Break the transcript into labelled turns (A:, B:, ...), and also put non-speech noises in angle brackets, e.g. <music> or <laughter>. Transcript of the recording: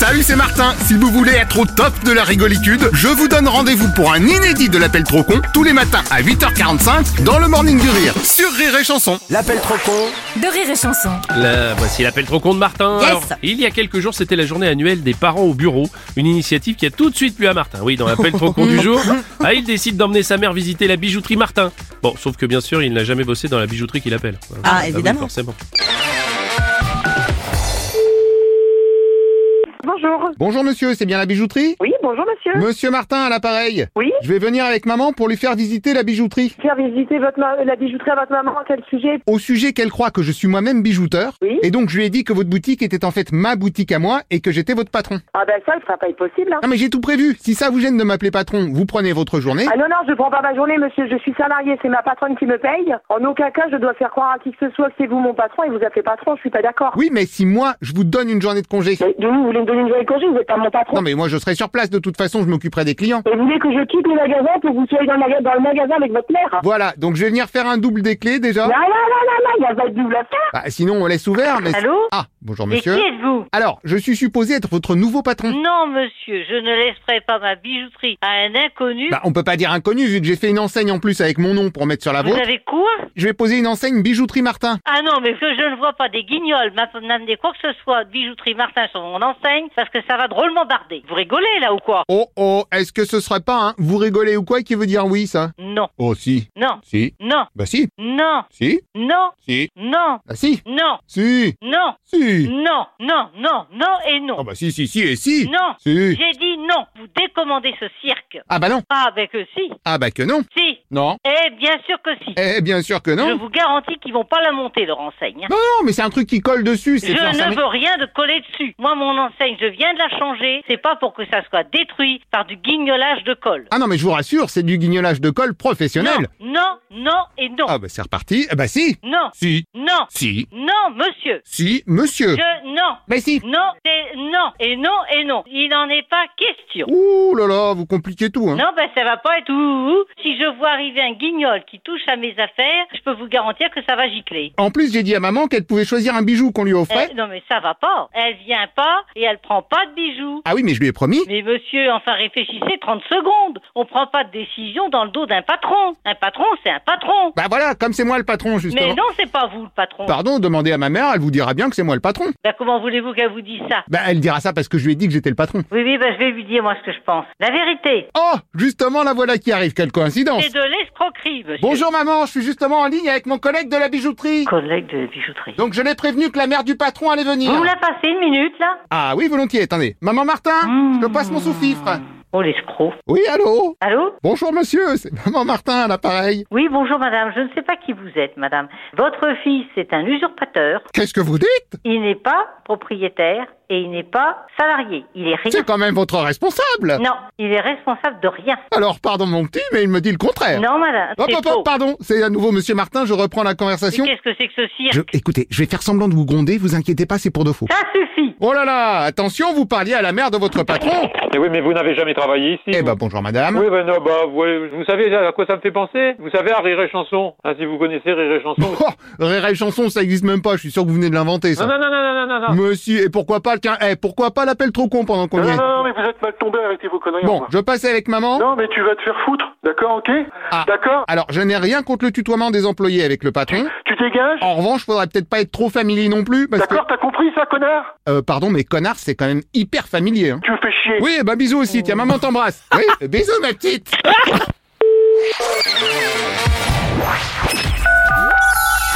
A: Salut, c'est Martin. Si vous voulez être au top de la rigolitude, je vous donne rendez-vous pour un inédit de l'appel trop con tous les matins à 8h45 dans le Morning du Rire sur Rire et Chanson.
B: L'appel trop con
C: de rire et chanson.
D: Là, voici l'appel trop con de Martin.
C: Yes.
D: il y a quelques jours, c'était la journée annuelle des parents au bureau, une initiative qui a tout de suite plu à Martin. Oui, dans l'appel trop con du
C: <laughs>
D: jour, ah, il décide d'emmener sa mère visiter la bijouterie Martin. Bon, sauf que bien sûr, il n'a jamais bossé dans la bijouterie qu'il appelle.
C: Ah,
D: oui,
C: évidemment.
D: forcément.
E: Bonjour.
A: Bonjour monsieur, c'est bien la bijouterie
E: Oui, bonjour monsieur.
A: Monsieur Martin à l'appareil.
E: Oui.
A: Je vais venir avec maman pour lui faire visiter la bijouterie.
E: Faire visiter votre ma- la bijouterie à votre maman, à quel sujet
A: Au sujet qu'elle croit que je suis moi-même bijouteur,
E: Oui.
A: et donc je lui ai dit que votre boutique était en fait ma boutique à moi et que j'étais votre patron.
E: Ah ben ça, il sera pas possible. Hein.
A: Ah mais j'ai tout prévu. Si ça vous gêne de m'appeler patron, vous prenez votre journée.
E: Ah non, non, je prends pas ma journée, monsieur. Je suis salarié, c'est ma patronne qui me paye. En aucun cas, je dois faire croire à qui que ce soit que c'est vous mon patron et vous appelez patron, je suis pas d'accord.
A: Oui, mais si moi je vous donne une journée de congé.
E: Mais d'où vous voulez me donner une journée de congé, vous êtes pas mon patron.
A: Non mais moi je serai sur place de toute façon, je m'occuperai des clients.
E: Et vous voulez que je quitte le magasin pour que vous soyez dans le, maga- dans le magasin avec votre mère
A: Voilà, donc je vais venir faire un double des clés déjà.
E: Non, non, non, non, non, il y a pas de double affaire.
A: Bah, sinon on laisse ouvert, mais...
F: Allô
A: Ah, bonjour
F: Mais qui
A: monsieur. Hmm.
F: êtes-vous
A: Alors, je suis supposé être votre nouveau patron.
F: Non, monsieur, je ne laisserai pas ma bijouterie à un inconnu.
A: Bah, on peut pas dire inconnu vu que j'ai fait une enseigne en plus avec mon nom pour mettre sur la
F: Vous
A: vôtre.
F: avez quoi
A: Je vais poser une enseigne bijouterie Martin.
F: Ah non, mais que je ne vois pas des guignols m'amener quoi que ce soit de bijouterie Martin sur mon enseigne, parce que ça va drôlement barder. Vous rigolez, là, ou quoi
A: Oh oh, est-ce que ce serait pas hein, vous rigolez ou quoi qui veut dire oui ça
F: Non,
A: Oh si,
F: non,
A: si,
F: non,
A: bah si,
F: non,
A: si,
F: non,
A: si,
F: non,
A: bah si,
F: non,
A: si,
F: non,
A: si.
F: non, non, non, non et
A: Oh
F: non.
A: bah si si si et si.
F: Non,
A: Si.
F: j'ai dit non. Vous décommandez ce cirque.
A: Ah bah non.
F: Ah, ben que si,
A: Ah bah que non.
F: si.
A: Non.
F: Eh, bien sûr que si.
A: Eh bien sûr que
F: Je
A: non.
F: vous garantis qu'ils vont pas la monter, leur enseigne. hein.
A: Non non, mais c'est un truc qui colle dessus,
F: Je
A: c'est clair, ça
F: ne
A: m'é-
F: veux rien de coller dessus. Moi, mon enseigne, je viens de la changer. C'est pas pour que ça soit détruit par du guignolage de colle.
A: Ah non, mais je vous rassure, c'est du guignolage de colle professionnel.
F: non, non, non et non.
A: Ah bah c'est reparti. Ah bah si.
F: Non,
A: Si.
F: non,
A: Si.
F: non, monsieur.
A: Si, monsieur.
F: Je, non,
A: Bah si.
F: non, et non, et non, et non. Il n'en est pas question.
A: Ouh là là, vous compliquez tout, hein.
F: Non, ben ça va pas être ouh, ouh, ouh. Si je vois arriver un guignol qui touche à mes affaires, je peux vous garantir que ça va gicler.
A: En plus, j'ai dit à maman qu'elle pouvait choisir un bijou qu'on lui offrait.
F: Eh, non, mais ça va pas. Elle vient pas et elle prend pas de bijoux.
A: Ah oui, mais je lui ai promis.
F: Mais monsieur, enfin réfléchissez 30 secondes. On prend pas de décision dans le dos d'un patron. Un patron, c'est un patron.
A: Bah voilà, comme c'est moi le patron, justement.
F: Mais non, c'est pas vous le patron.
A: Pardon, demandez à ma mère, elle vous dira bien que c'est moi le patron.
F: Ben, comment voulez-vous qu'elle vous dise ça
A: Bah elle dira ça parce que je lui ai dit que j'étais le patron.
F: Oui, oui, ben, je vais lui dire moi ce que je pense. La vérité,
A: Oh, justement, la voilà qui arrive, quelle coïncidence.
F: c'est de l'escroquerie, monsieur.
A: Bonjour maman, je suis justement en ligne avec mon collègue de la bijouterie.
F: Collègue de bijouterie.
A: Donc je l'ai prévenu que la mère du patron allait venir.
F: Vous la passez une minute, là
A: Ah oui, volontiers, attendez. Maman Martin, je te passe mon sous-fifre.
F: Oh, l'escroc.
A: Oui, allô
F: Allô
A: Bonjour monsieur, c'est <laughs> maman Martin à l'appareil.
F: Oui, bonjour, madame. Je ne sais pas qui vous êtes, madame. Votre fils est un usurpateur.
A: Qu'est-ce que vous dites
F: Il n'est pas propriétaire et il n'est pas salarié. Il est rien.
A: C'est quand même votre responsable.
F: Non, il est responsable de rien.
A: Alors pardon mon petit, mais il me dit le contraire.
F: Non, madame.
A: Hop,
F: c'est
A: hop, hop,
F: faux.
A: pardon, c'est à nouveau monsieur Martin, je reprends la conversation.
F: Mais Qu'est-ce que c'est que ce cirque
A: Je- écoutez, je vais faire semblant de vous gronder, vous inquiétez pas, c'est pour de faux.
F: Ça suffit
A: Oh là là, attention, vous parliez à la mère de votre patron.
G: Eh oui, mais vous n'avez jamais travaillé ici.
A: Eh
G: vous.
A: ben bonjour madame.
G: Oui, ben non, bah, vous, vous savez à quoi ça me fait penser Vous savez à Rire et Chanson. hein, si vous connaissez Rire et Chanson.
A: Oh, Rire et chanson, ça existe même pas, je suis sûr que vous venez de l'inventer
G: non,
A: ça.
G: non, non, non, non, non, non.
A: Monsieur, et pourquoi pas le quin- eh, pourquoi pas l'appel trop con pendant qu'on y
H: Non,
A: est
H: non, non, mais vous êtes mal tombé, arrêtez vos conneries.
A: Bon,
H: enfin.
A: je passe avec maman.
H: Non, mais tu vas te faire foutre, d'accord, ok
A: Ah.
H: D'accord
A: Alors, je n'ai rien contre le tutoiement des employés avec le patron.
H: Tu dégages
A: En revanche, faudrait peut-être pas être trop familier non plus, Oh, parce que...
H: D'accord, t'as compris ça, connard
A: Euh, pardon, mais connard, c'est quand même hyper familier. Hein.
H: Tu me fais chier
A: Oui, bah bisous aussi, tiens, maman
H: <laughs>
A: t'embrasse. Oui, bisous ma petite